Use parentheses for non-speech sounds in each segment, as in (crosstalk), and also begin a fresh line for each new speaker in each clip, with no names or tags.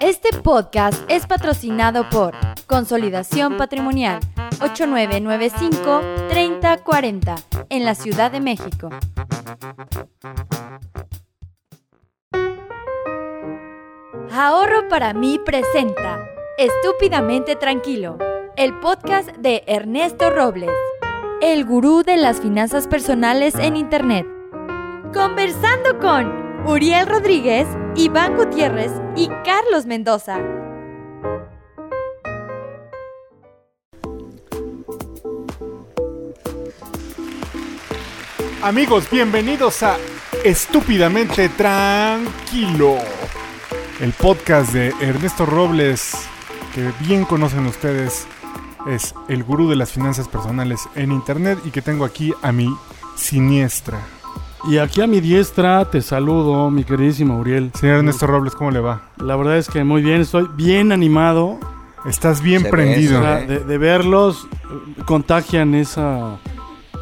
Este podcast es patrocinado por Consolidación Patrimonial 8995-3040 en la Ciudad de México. Ahorro para mí presenta Estúpidamente Tranquilo, el podcast de Ernesto Robles, el gurú de las finanzas personales en Internet. Conversando con Uriel Rodríguez, Iván Gutiérrez y Carlos Mendoza.
Amigos, bienvenidos a Estúpidamente Tranquilo, el podcast de Ernesto Robles, que bien conocen ustedes, es el gurú de las finanzas personales en Internet y que tengo aquí a mi siniestra.
Y aquí a mi diestra te saludo, mi queridísimo Uriel.
Señor Ernesto Robles, ¿cómo le va?
La verdad es que muy bien, estoy bien animado.
Estás bien
Se ve,
prendido.
O
se
sea,
Ok.
de, de verlos, eh, contagian esa.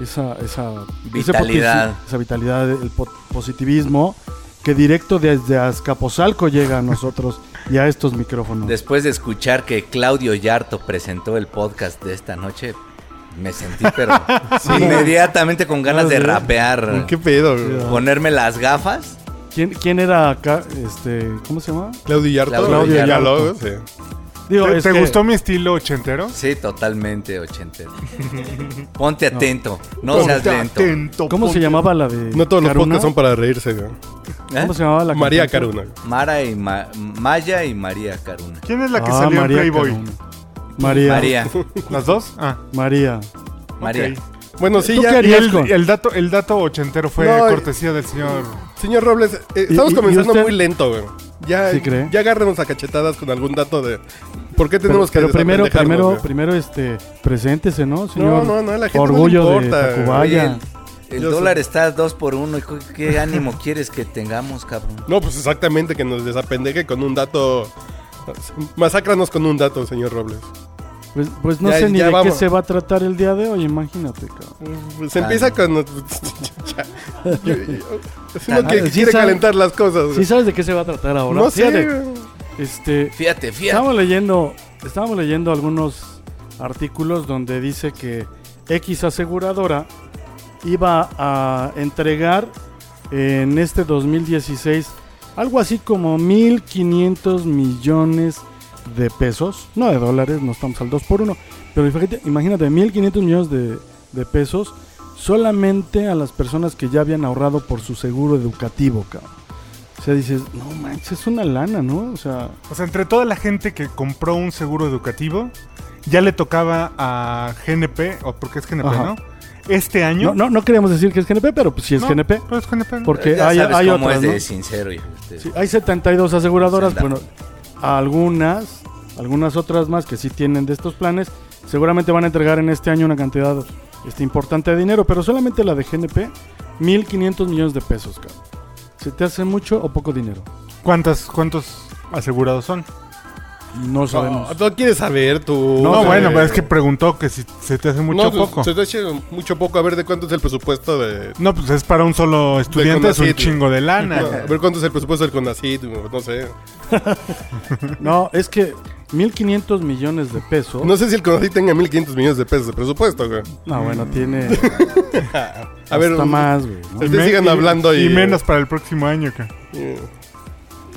Esa, esa ese
Vitalidad.
potici- esa vitalidad, el po- positivismo que directo desde Azcapotzalco llega a nosotros y a estos micrófonos.
Después de escuchar que Claudio Yarto presentó el podcast de esta noche, me sentí pero inmediatamente con ganas de rapear,
¿Qué pedo, güey?
Sí,
ponerme las gafas.
¿Quién, quién era acá? Este, ¿Cómo se llama?
Claudio Yarto.
Claudio
güey, ya
Yarto.
lo- (laughs) sí.
Digo,
¿Te,
es
te
que-
gustó mi estilo ochentero?
Sí, totalmente ochentero. Ponte atento, no seas
Ponte
lento.
atento,
¿Cómo se
ponte-
llamaba la de.?
No todos
Caruna?
los podcasts son para reírse, güey.
¿Eh?
¿Cómo se llamaba la
María
cantante?
Caruna. güey.
Mara y Ma- Maya y María Caruna.
¿Quién es la que
Ah,
salió
María
en Playboy?
Caruna. María. María.
María,
¿Las dos? Ah,
María.
María.
ok.
Bueno, sí,
¿Tú
ya.
qué harías?
Y
ya-
el,
con-
el dato, el dato ochentero fue
No,
cortesía del señor.
Señor Robles, eh,
¿Y-
estamos
y- y
comenzando
usted?
muy lento, güey. Ya,
¿Sí cree?
ya agárrenos a cachetadas con algún dato de. ¿Por qué
Pero,
tenemos
pero
que
primero,
desapendejarnos,
primero, primero,
güey?
este, preséntese, ¿no,
No,
señor?
no, no, a la gente no le
Orgullo
importa.
de Tacubaya.
Oye, el- el
Yo
dólar
sé.
está dos por uno. ¿y cu- ¿Qué ánimo quieres que tengamos, cabrón?
No, pues exactamente, que nos desapendeje con un dato. Masácranos con un dato, señor Robles.
Pues, pues no
Ya-
sé ni
ya
de
vamos.
qué se va a tratar el día de hoy, imagínate, cabrón.
Pues
Ah,
empieza con. (laughs) ya. Yo- yo- Es uno que
Ah, Sí
quiere
sabe-
calentar las cosas. güey.
Sí sabes de qué se va a tratar ahora.
No sé.
Fíjate,
güey.
Este,
Fíjate, fíjate.
estábamos leyendo, estábamos leyendo algunos artículos donde dice que X aseguradora iba a entregar en este 2016 algo así como 1.500 millones de pesos, no de dólares, no estamos al 2 por 1, pero fíjate, imagínate, 1.500 millones de, de pesos solamente a las personas que ya habían ahorrado por su seguro educativo, cabrón. O sea, dices, no manches, es una lana, ¿no? O sea,
O sea, entre toda la gente que compró un seguro educativo, ya le tocaba a GNP, o porque es GNP,
Ajá.
¿no? Este año.
No, no, no queríamos decir que es GNP, pero pues sí es
No,
GNP.
pero es GNP.
Porque
Ya
hay,
sabes
hay
cómo
otras,
es de
¿no?
sincero. hijo, usted.
Sí, hay 72 aseguradoras,
Senda.
bueno, algunas, algunas otras más que sí tienen de estos planes, seguramente van a entregar en este año una cantidad este, importante de dinero, pero solamente la de GNP, 1.500 millones de pesos, cabrón. ¿Se te hace mucho o poco dinero?
¿Cuántas, ¿Cuántos asegurados son?
No sabemos.
No, no quieres saber tú.
No,
No, pues, eh,
güey.
bueno, pero es que preguntó que si se te hace mucho
No, pues,
o poco.
Se, se te eche mucho poco. A ver, ¿de cuánto es el presupuesto de...?
No, pues es para un solo estudiante, es un
Conacit.
chingo de lana.
A ver, ¿cuánto es el presupuesto del CONACYT? No sé.
No, es que 1.500 millones de pesos.
No sé si el CONACYT tenga 1.500 millones de pesos de presupuesto, güey.
No, bueno, tiene
(laughs) A ver,
hasta más, güey. ¿no?
Ustedes sigan hablando y-
y menos para el próximo año. ca.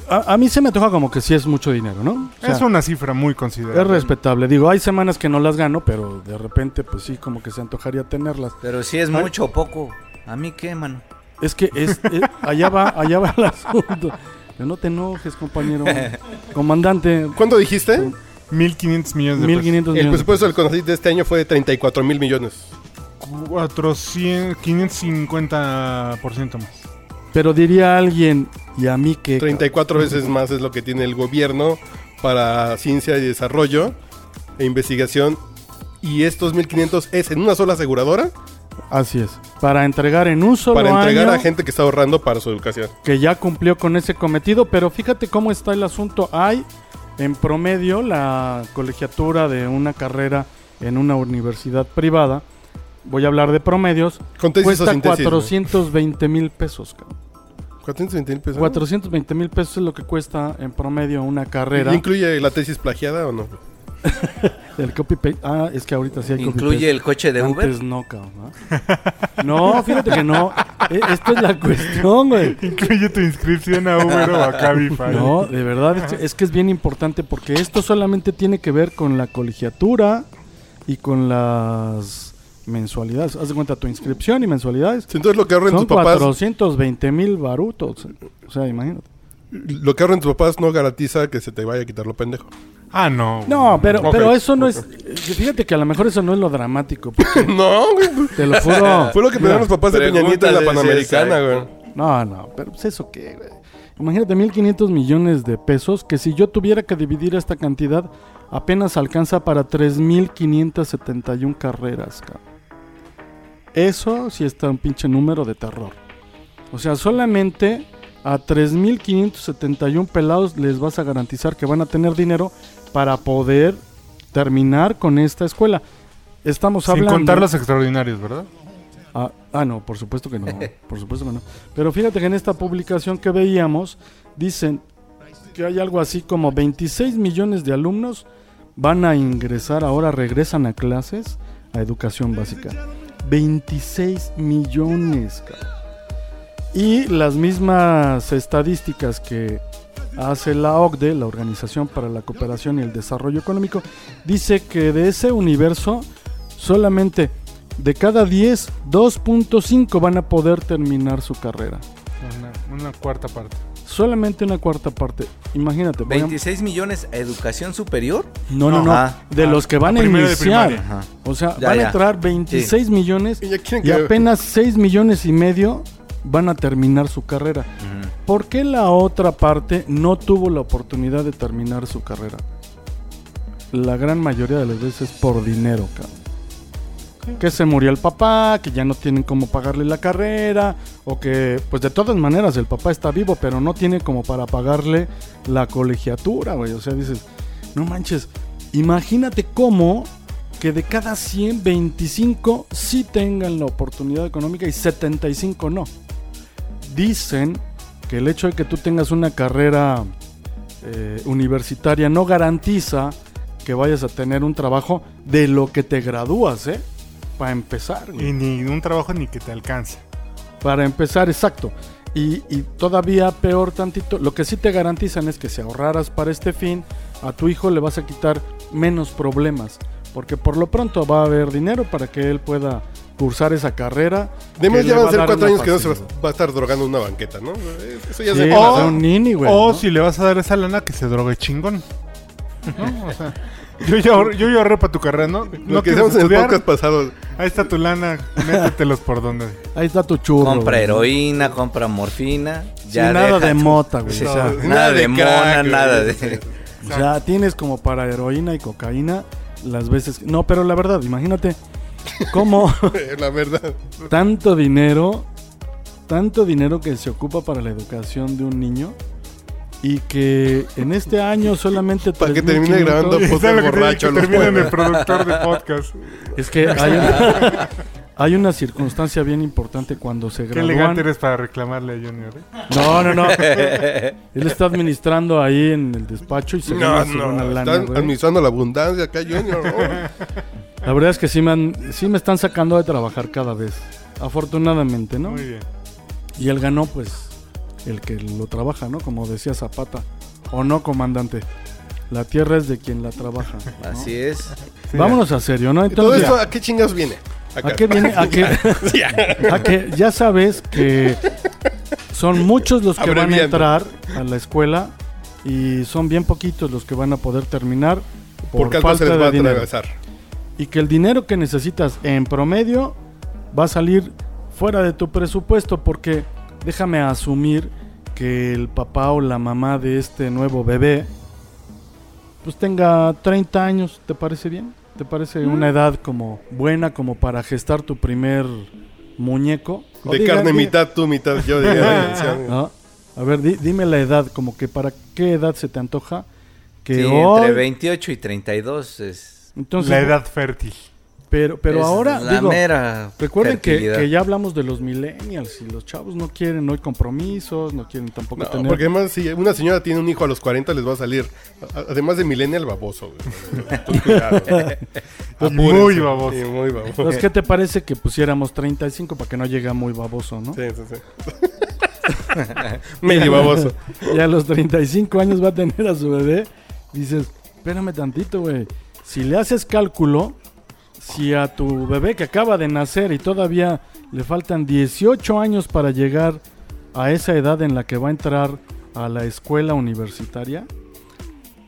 A, a mí se me antoja como que sí es mucho dinero, ¿no? O sea,
es una cifra muy
Es
considerable.
respetable. Digo, hay semanas que no las gano, pero de repente, pues sí, como que se antojaría tenerlas.
Pero si es mucho o poco, a mí qué, mano.
Es que es,
(laughs)
eh, allá va, allá va el asunto. Pero no te enojes,
(laughs)
compañero. Comandante,
¿Cuánto dijiste?
1.500 millones de pesos.
1500
pues, El
millones.
presupuesto del CONACYT de este año fue de 34 mil millones.
400, 550% más.
Pero diría alguien, y a mí que
34 veces más es lo que tiene el gobierno para ciencia y desarrollo e investigación. Y estos 1.500 es en una sola aseguradora
Así es. Para entregar en un solo
para entregar
año
a gente que está ahorrando para su educación.
que ya cumplió con ese cometido. Pero fíjate cómo está el asunto. Hay en promedio la colegiatura de una carrera en una universidad privada. Voy a hablar de promedios.
Con tesis o
Cuesta
sin tesis, güey.
420 mil pesos, cabrón.
420 mil pesos.
420 mil pesos es lo que cuesta en promedio una carrera.
¿Y ¿Incluye la tesis plagiada o no?
El copy paste. Ah, es que ahorita sí hay copy
¿Incluye
paste.
el coche de Uber?
Antes no, cabrón. ¿no? No, fíjate que no. E- Esta es la cuestión, güey.
Incluye tu inscripción a Uber o a Cabify.
(laughs) No, de verdad, es, es que es bien importante porque esto solamente tiene que ver con la colegiatura y con las mensualidades. Haz de cuenta tu inscripción y mensualidades.
Sí, Entonces lo que ahorren
Son
tus papás,
420 mil barutos. O sea, imagínate.
lo que ahorren tus papás no garantiza que se te vaya a quitar lo
(laughs)
pendejo.
Ah, no.
No, pero,
Ok,
pero eso no es. Fíjate que a lo mejor eso no es lo dramático. porque
no, güey.
te
(laughs)
lo juro.
Fue lo
Mira,
que pidieron los papás de Peña Nieto en la
Pregúntale si es
Panamericana,
exacto.
güey.
No, no, pero pues eso qué, güey. Imagínate 1.500 millones de pesos que si yo tuviera que dividir esta cantidad apenas alcanza para 3.571 carreras, cabrón. Eso sí está un pinche número de terror. O sea, solamente a 3.571 pelados les vas a garantizar que van a tener dinero para poder terminar con esta escuela. Estamos
Sin
hablando...
contar los extraordinarios, ¿verdad?
Ah, ah, no, por supuesto que no. Por supuesto que no. Pero fíjate que en esta publicación que veíamos, dicen que hay algo así como 26 millones de alumnos van a ingresar ahora, regresan a clases, a educación básica. 26 millones, cabrón. Y las mismas estadísticas que hace la OCDE, E, la Organización para la Cooperación y el Desarrollo Económico, dice que de ese universo solamente de cada 10, 2.5 van a poder terminar su carrera.
Una, una cuarta parte.
Solamente una cuarta parte. Imagínate. voy a-
26 millones a educación superior.
No, no, no.
Ajá.
De los que van a
Primero de
iniciar.
primaria.
Ajá.
O sea,
Ya,
van a
ya.
entrar 26 millones
Y ya quieren
y
que-
apenas 6 millones y medio van a terminar su carrera.
Ujú.
¿Por qué la otra parte no tuvo la oportunidad de terminar su carrera? La gran mayoría de las veces por dinero, cabrón. Que se murió el papá, que ya no tienen cómo pagarle la carrera, o que, pues de todas maneras, el papá está vivo, pero no tiene como para pagarle la colegiatura, güey. O sea, dices, no manches, imagínate cómo que de cada 100, 25 sí tengan la oportunidad económica y 75 no. Dicen que el hecho de que tú tengas una carrera eh, universitaria no garantiza que vayas a tener un trabajo de lo que te gradúas, ¿eh? Para empezar, güey.
Y ni un trabajo ni que te alcance.
Para empezar, exacto. Y, y todavía peor tantito, lo que sí te garantizan es que si ahorraras para este fin, a tu hijo le vas a quitar menos problemas. Porque por lo pronto va a haber dinero para que él pueda cursar esa carrera.
Además,
que
ya
le
van
va
a
a
ser
dar
cuatro
una
años que no se va
facilidad.
va a estar drogando en una banqueta, ¿no? Eso ya
Sí,
se
va a ser un nini, güey.
o
¿no?
si le vas a dar esa lana, que se drogue chingón. ¿No? O sea, (laughs) yo ya ahorré, yo ya ahorré para tu carrera, ¿no?
Lo
No
que
quieres
decíamos en el
estudiar,
podcast pasado.
Ahí está tu lana, métetelos por (laughs) donde.
Ahí está tu churro.
Compra
güey.
heroína, compra morfina. Ya
Sí, nada
deja
de
tu-
mota, güey.
Sí,
No,
o sea,
nada
nada
de
de mona,
crack, güey.
nada
Sí, sí.
de.
Ya tienes como para heroína y cocaína las veces... que- No, pero la verdad, imagínate cómo
(laughs) La verdad.
tanto dinero, tanto dinero que se ocupa para la educación de un niño y que en este año solamente...
Para que termine
3.500
grabando Podcast
¿Sabes lo que te dije?
borracho,
Que
los
termina en el
jueves.
productor de
(laughs)
podcast.
Es que hay una, hay una circunstancia bien importante cuando se
Qué elegante
gradúan.
eres para reclamarle a Junior. ¿eh?
No, no, no. Él está administrando ahí en el despacho y (laughs) se gana
No,
su buena
no.
lana,
Están
güey.
administrando la abundancia
(laughs)
acá, Junior. Oh, ¿no?
La verdad es que sí me, han- sí me están sacando de trabajar cada vez. Afortunadamente, ¿no?
Muy bien.
Y él ganó, pues, el que lo trabaja, ¿no? Como decía Zapata. O no, comandante. La tierra es de quien la trabaja. ¿no?
(laughs)
Así es.
Sí,
Vámonos a serio, ¿no?
Todo
Entonces,
esto, ¿a qué chingados viene? Acá. (laughs)
¿a qué viene? ¿A qué? a que ya sabes que son muchos los que van a
Abreviando.
entrar a la escuela y son bien poquitos los que van a poder terminar por
Porque algo
falta
se les
de
va a
dinero.
atravesar.
y que el dinero que necesitas en promedio va a salir fuera de tu presupuesto porque déjame asumir que el papá o la mamá de este nuevo bebé pues tenga 30 años, ¿te parece bien? ¿Te parece
Mm.
una edad como buena como para gestar tu primer muñeco? O
De
Oh, diga-
carne
diga-
mitad, tú mitad, yo
(laughs)
diría. la canción.
¿no? A ver, di- dime la edad, como que para qué edad se te antoja que
Sí,
hoy-
entre 28 y 32 es.
Entonces,
la edad fértil.
Pero, pero
Es
ahora,
la
digo,
mera
recuerden que,
fertilidad.
que ya hablamos de los millennials y los chavos no quieren hoy compromisos, no quieren tampoco
No,
tener...
porque además si una señora tiene un hijo a los 40 les va a salir, a- además de millennial, baboso. güey.
(laughs)
Entonces, cuidado.
Pues
Apúrense.
Muy baboso.
Sí, muy baboso.
Entonces, ¿qué te parece que pusiéramos 35 para que no llegue muy baboso, no?
Sí, sí, sí. (laughs) Medio baboso.
Y a los 35 años va a tener a su bebé. Dices, espérame tantito, güey. Si le haces cálculo, si a tu bebé que acaba de nacer y todavía le faltan 18 años para llegar a esa edad en la que va a entrar a la escuela universitaria,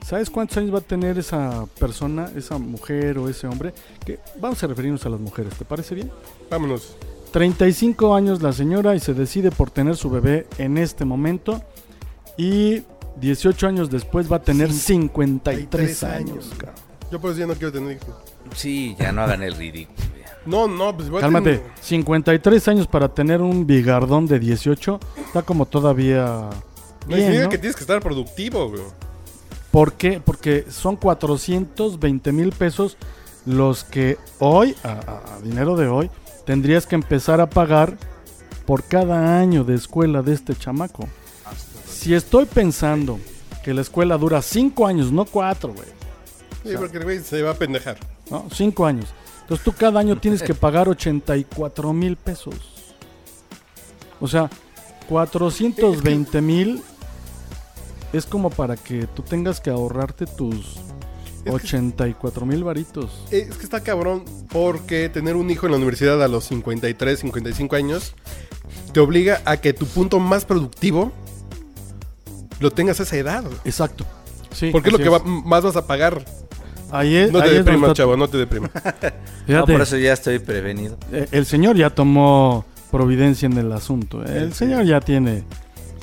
¿sabes cuántos años va a tener esa persona, esa mujer o ese hombre? Que vamos a referirnos a las mujeres, ¿te parece bien?
Vámonos.
35 años la señora y se decide por tener su bebé en este momento. Y 18 años después va a tener 53 años. cabrón.
Yo por eso ya no quiero tener hijos.
Sí, ya no hagan el ridículo. ya.
No, no, pues voy a
Cálmate,
tener-
53 años para tener un bigardón de 18 está como todavía
No,
bien,
significa
¿no?
que tienes que estar productivo, güey.
¿Por qué? Porque son 420 mil pesos los que hoy, a, a- a dinero de hoy, tendrías que empezar a pagar por cada año de escuela de este chamaco. Si estoy pensando que la escuela dura 5 años, no 4, güey.
Sí, porque el güey se va a pendejar.
¿no? 5 años. Entonces tú cada año tienes que pagar 84 mil pesos. O sea, 420 mil es como para que tú tengas que ahorrarte tus
que-
84 mil varitos.
Eh, Es que está cabrón porque tener un hijo en la universidad a los 53, 55 años te obliga a que tu punto más productivo lo tengas a esa edad. güey.
Exacto. Sí,
Porque es lo
así
que va- más vas a pagar.
Ahí es,
No te
ahí es donde
deprimas,
está-
chavo, no
(laughs)
te deprimas.
Fíjate,
No, por eso ya estoy prevenido.
eh, el señor ya tomó providencia en el asunto. eh. El señor ya tiene...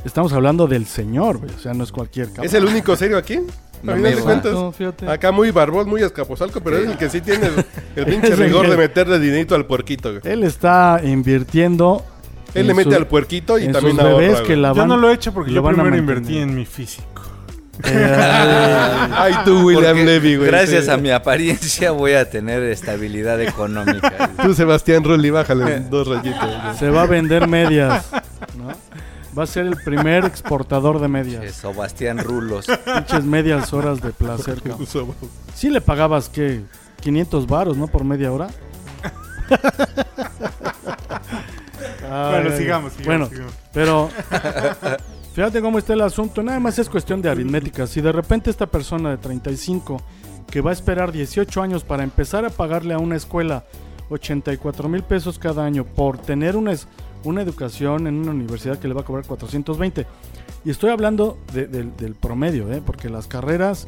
Estamos hablando del señor, güey, o sea, no es cualquier cabrón.
¿Es el único serio aquí?
No me
a final de
va.
cuentas,
No, fíjate.
acá muy barbón, muy escaposalco, pero es el que sí tiene el,
(laughs)
el pinche
Es el
rigor
que-
de meterle dinerito al puerquito. güey.
Él está invirtiendo.
Él le
en
mete
su-
al puerquito y
en
también
sus
ahorra.
bebés
güey.
que la
Yo
van-
no lo he hecho porque
lo
yo
van a
primero
mantener.
invertí en mi físico.
Eh,
(laughs) Ay, tú, William
Porque
Levy, güey.
Gracias
Sí.
a mi apariencia voy a tener estabilidad
(laughs)
económica.
Tú, Sebastián Rulli,
(laughs)
bájale dos rayitos. güey.
se va a vender medias.
(laughs)
¿no? Va a ser el primer exportador de medias.
Eh, Sebastián Rulos.
Pinches medias horas de
(laughs)
placer. cabrón. Sí le pagabas que 500 varos, ¿no? Por
(laughs)
media hora. Ay,
Bueno,
ay,
sigamos, sigamos,
Bueno,
sigamos.
pero fíjate cómo está el asunto. Nada más es cuestión de aritmética. Si de repente esta persona de 35 que va a esperar 18 años para empezar a pagarle a una escuela 84 mil pesos cada año por tener una, es- una educación en una universidad que le va a cobrar 420. Y estoy hablando de- del- del promedio, ¿eh? porque las carreras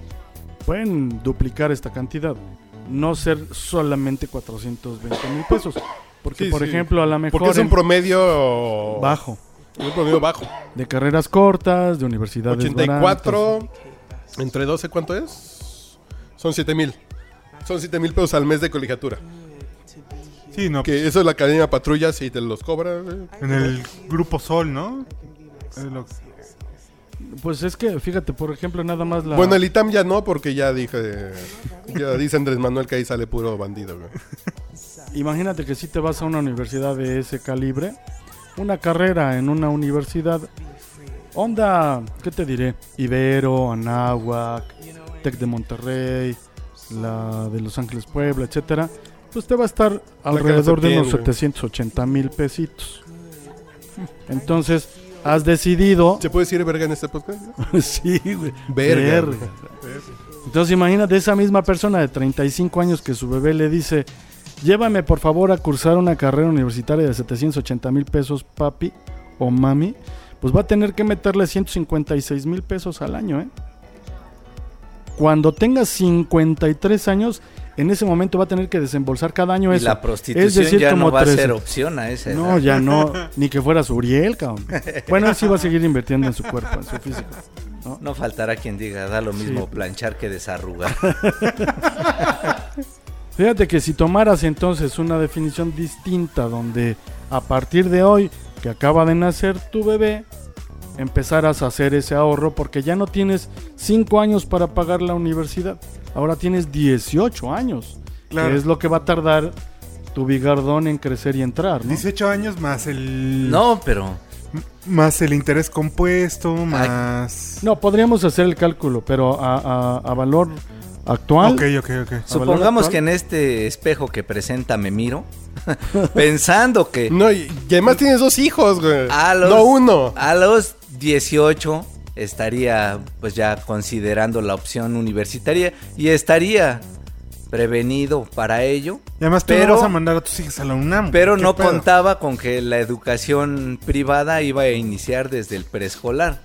pueden duplicar esta cantidad. No ser solamente 420 mil pesos. Porque,
Sí,
por
sí.
ejemplo, a lo mejor
Porque es un
en-
promedio
bajo.
Es un promedio bajo.
De carreras cortas, de universidades
84 entre 12, ¿cuánto es? Son 7 mil. Son 7 mil pesos al mes de colegiatura.
pues Sí, no.
Que eso es la academia patrulla, si te los cobra. eh. güey.
En el grupo Sol, ¿no? Eh, lo-
baratas. Pues es que, fíjate, por ejemplo, nada más la...
Bueno, el ITAM ya no, porque ya dije. Ya dice Andrés Manuel que ahí sale puro bandido, güey.
Imagínate que si te vas a una universidad de ese calibre, una carrera en una universidad, onda, ¿qué te diré? Ibero, Anáhuac, Tec de Monterrey, la de Los Ángeles Puebla, etcétera, pues te va a estar alrededor de unos
septiembre.
780 mil pesitos. Entonces, has decidido
¿Se puede decir verga en este podcast?
(laughs) sí, güey.
Verga, güey.
Entonces imagínate esa misma persona de 35 años que su bebé le dice, llévame por favor a cursar una carrera universitaria de 780 mil pesos, papi o mami, pues va a tener que meterle 156 mil pesos al año, ¿eh? Cuando tenga 53 años, en ese momento va a tener que desembolsar cada año
Y
eso.
la prostitución
Es decir,
ya
como
no va a
13.
ser opción a esa edad.
No, ya no, ni que fueras Uriel,
(laughs)
cabrón. Bueno, él sí va a seguir invirtiendo en su cuerpo, en su físico.
No faltará quien diga, da lo mismo
Sí.
planchar
(laughs)
que desarrugar.
Fíjate que si tomaras entonces una definición distinta donde a partir de hoy que acaba de nacer tu bebé, empezarás a hacer ese ahorro porque ya no tienes 5 años para pagar la universidad, ahora tienes 18 años
Claro.
que es lo que va a tardar tu bigardón en crecer y entrar, ¿no?
18 años más el.
No, pero.
m- Más el interés compuesto, más.
No, podríamos hacer el cálculo, pero a, a- a valor actual.
Ok, ok, ok.
valor
Supongamos
actual?
que en este espejo que presenta me miro, (laughs) pensando que
No, y, y además tienes dos hijos, güey.
a los,
No uno.
a los 18 estaría pues ya considerando la opción universitaria y estaría prevenido para ello,
Y además tú no
Pero-
vas a mandar a tus hijas a la UNAM.
pero
¿Qué
no
pedo?
contaba con que la educación privada iba a iniciar desde el preescolar.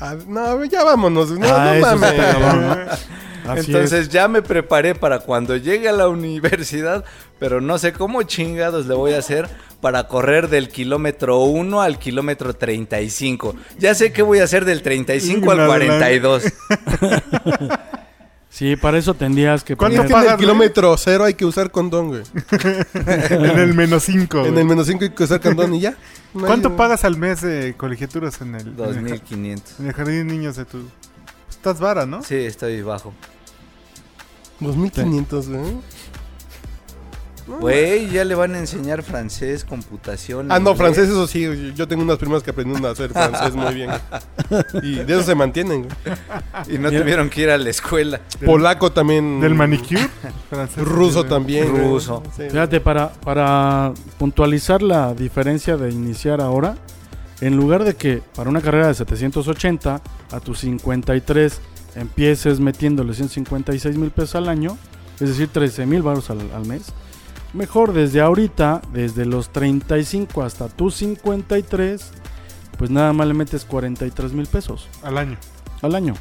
Ah, no, ya vámonos. No,
Ah,
no
eso
mames.
está cabrón.
(laughs)
Así
Entonces ya me preparé para cuando llegue a la (laughs) universidad, pero no sé cómo chingados le voy a hacer para correr del kilómetro 1 al kilómetro 35. Ya sé qué voy a hacer del 35
Y
al
la
42.
es. Sí, para eso tendrías que
¿Cuánto
Es
poner-
que en
pagas,
el
güey?
kilómetro cero hay que usar condón, güey.
(laughs) en el menos 5.
En el menos cinco hay que usar condón y ya. No hay-
¿Cuánto pagas al mes de colegiaturas en el, en el ja-
2500.
en el jardín de niños de tu. Estás vara, ¿no?
Sí, estoy bajo.
2500, güey.
Güey, ya le van a enseñar francés, computación.
Ah, no,
inglés.
francés, eso sí. Yo yo tengo unas primas que aprendieron a hacer francés muy bien. Y de eso se mantienen. güey.
Y no
Mira.
tuvieron que ir a la escuela.
Polaco también.
Del manicure. francés.
Ruso también. güey.
Ruso.
Sí.
Fíjate, para, para puntualizar la diferencia de iniciar ahora, en lugar de que para una carrera de 780 a tus 53 empieces metiéndole 156 mil pesos al año, es decir, 13 mil baros al, al mes, mejor desde ahorita, desde los 35 hasta tus 53, pues nada más le metes 43 mil pesos
Al año.
al año.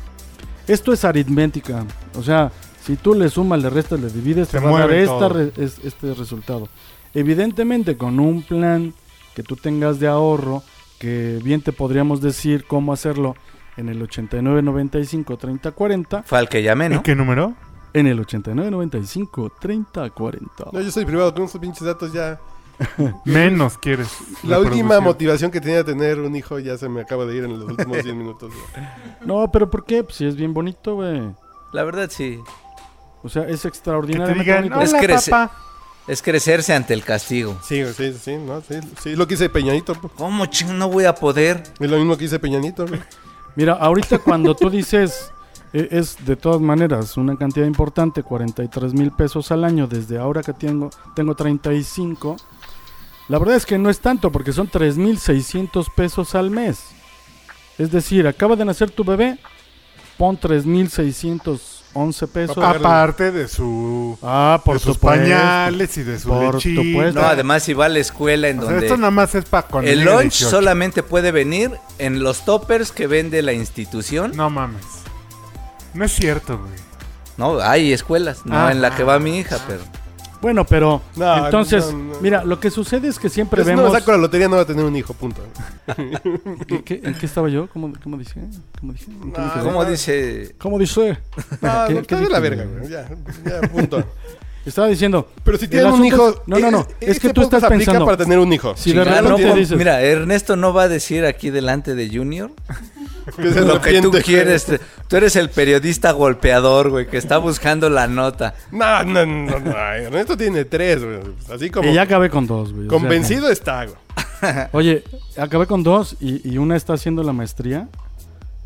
Esto es aritmética. O sea, si tú le sumas, le restas, le divides,
Se
te va a dar
mueve
esta
todo.
re- es- este resultado. Evidentemente, con un plan que tú tengas de ahorro, que bien te podríamos decir cómo hacerlo en el 89, 95, 30, 40.
Fue al que llamé,
¿En
¿no?
qué número?
En el 89, 95, 30, 40.
No, yo soy privado con esos pinches datos ya.
Menos quieres.
La última
reproducción.
motivación que tenía de tener un hijo ya se me acaba de ir en los últimos 10 minutos. güey.
No, pero ¿por qué? Pues si es bien bonito, güey.
La verdad sí.
O sea,
Que
es
te
extraordinario.
digan,
Es
hola,
crece-
papá.
Es crecerse ante el castigo.
Sí, güey, sí, sí, no, sí, sí, lo que hice Peñanito. po.
¿Cómo ching no voy a poder?
Es lo mismo que hice Peñanito. güey.
Mira, ahorita cuando tú dices, eh, es de todas maneras una cantidad importante, 43 mil pesos al año, desde ahora que tengo, tengo 35, la verdad es que no es tanto, porque son 3 mil 600 pesos al mes. Es decir, acaba de nacer tu bebé, pon 3 mil 611 pesos.
Papá.
Aparte de su.
Ah, por
de sus
supuesto.
pañales y de su
Por
lechita.
supuesto.
No, además si va a la escuela en
O sea,
donde...
esto nada más es para cuando
El
llegue
lunch
18.
solamente puede venir en los toppers que vende la institución. No,
No mames. No es cierto, güey.
hay escuelas, no
Ah.
en la que va mi hija, pero
Ah,
pues,
Bueno, pero
No,
entonces,
no, no.
mira, lo que sucede es que siempre
Pero si no
vemos...
me saco la lotería, no va a tener un hijo, punto.
¿Qué- qué- ¿En qué estaba yo? ¿Cómo, cómo dije? ¿Cómo dije? ¿En qué
No,
dije?
Pero-
¿cómo dice?
¿Cómo dice?
No,
Ah, ¿Qué-
no,
qué
está de la
dije?
verga, güey. Ya, ya, punto.
Estaba diciendo.
Pero si
el
tienen un
asunto
hijo.
es- No, no, no.
e-
Es que
este
tú estás
podcast aplica
pensando.
para tener un hijo.
Si de
"Chingada, no
repente
puedo".
dices.
Mira, Ernesto no va a decir aquí delante de
(laughs)
Junior
Que se
lo que tú
arrepiente.
quieres. Tú eres el periodista golpeador, güey, que está buscando la nota.
No, no, no, no. ay, Ernesto tiene tres, güey. Así como.
Y eh, ya acabé con dos, güey. o sea,
Convencido está, güey.
(laughs)
como- oye, acabé con dos y, y una está haciendo la maestría.